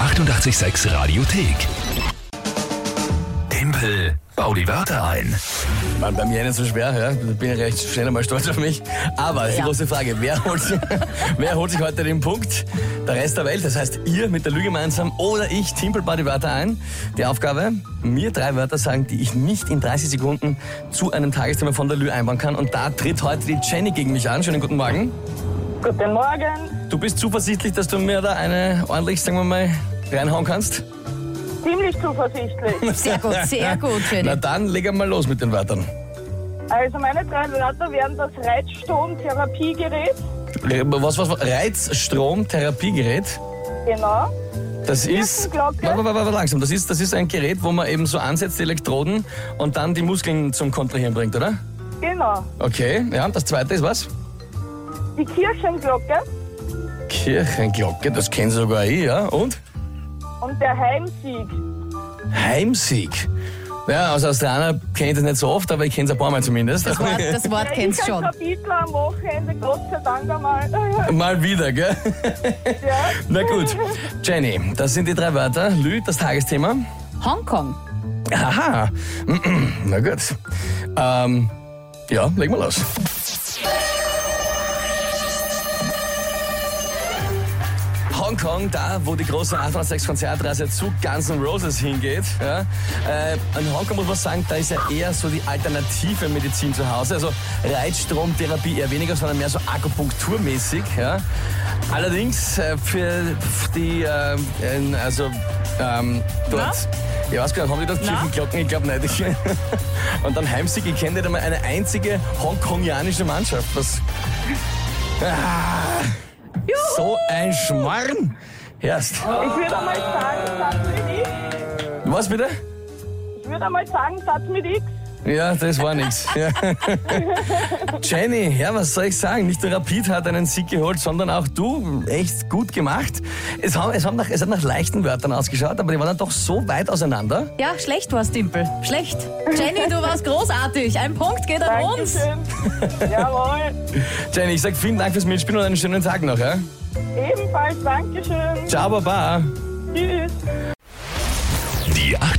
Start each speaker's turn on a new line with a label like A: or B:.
A: 886 Radiothek. Tempel, bau die Wörter ein.
B: Mann, bei mir nicht so schwer, ja. Ich bin ja recht schnell einmal stolz auf mich. Aber ist die
C: Ja.
B: große Frage, wer holt, wer holt sich heute den Punkt? Der Rest der Welt, das heißt ihr mit der Lüge gemeinsam oder ich timpel bei die Wörter ein. Die Aufgabe, mir drei Wörter sagen, die ich nicht in 30 Sekunden zu einem Tagesthema von der Lüge einbauen kann. Und da tritt heute die Jenny gegen mich an. Schönen guten Morgen.
D: Guten Morgen.
B: Du bist zuversichtlich, dass du mir da eine ordentlich, sagen wir mal, reinhauen kannst?
D: Ziemlich zuversichtlich.
C: Sehr gut, sehr gut,
B: Na
C: Jenny.
B: dann, leg mal los mit den Wörtern.
D: Also meine drei Wörter wären das Reizstromtherapiegerät.
B: Was, was, was? Reizstromtherapiegerät.
D: Genau.
B: Das ist.
D: Glocke.
B: Warte, warte, warte, langsam. Das ist, das ist ein Gerät, wo man eben so ansetzt, die Elektroden und dann die Muskeln zum Kontrahieren bringt, oder?
D: Genau.
B: Okay, ja, und das zweite ist was?
D: Die Kirchenglocke
B: Kirchenglocke, das kennen sogar ich, ja. Und?
D: und der Heimsieg.
B: Heimsieg. Ja, als Australier kenne ich das nicht so oft, aber ich kenne es ein paar Mal zumindest.
C: Das Wort, das Wort
D: Ja,
C: kennst
D: ich
C: schon.
D: als Kapitel am Wochenende, Gott sei Dank einmal.
B: Mal wieder, gell?
D: Ja.
B: Na gut. Jenny, das sind die drei Wörter. Lü, das Tagesthema.
C: Hongkong.
B: Aha. Na gut. Ähm, ja, legen wir los. Hongkong, da wo die große 886 Konzertreise zu Guns N' Roses hingeht. Ja, äh, in Hongkong muss man sagen, da ist ja eher so die alternative Medizin zu Hause. Also Reizstromtherapie eher weniger, sondern mehr so akupunkturmäßig. Ja. Allerdings äh, für die, ähm, in- also ähm, dort. Ja, was genau, haben die dort
C: Na?
B: Kirchenglocken? Ich glaube nicht. Und dann Heimsieg, ich kenne nicht einmal eine einzige hongkongianische Mannschaft. Was so ein Schmarrn. Erst.
D: Ich würde einmal sagen, Satz mit X.
B: Was bitte?
D: Ich würde einmal sagen, Satz mit X.
B: Ja, das war nix. Ja. Jenny, ja, was soll ich sagen? Nicht nur Rapid hat einen Sieg geholt, sondern auch du. Echt gut gemacht. Es, haben, es, haben nach, es hat nach leichten Wörtern ausgeschaut, aber die waren dann doch so weit auseinander.
C: Ja, schlecht war's, Dimpel. Schlecht. Jenny, du warst großartig. Ein Punkt geht an uns.
D: Dankeschön. Jawohl.
B: Jenny, ich sag vielen Dank fürs Mitspielen und einen schönen Tag noch. Ja?
D: Ebenfalls Dankeschön.
B: Ciao, Baba.
D: Tschüss.
A: Die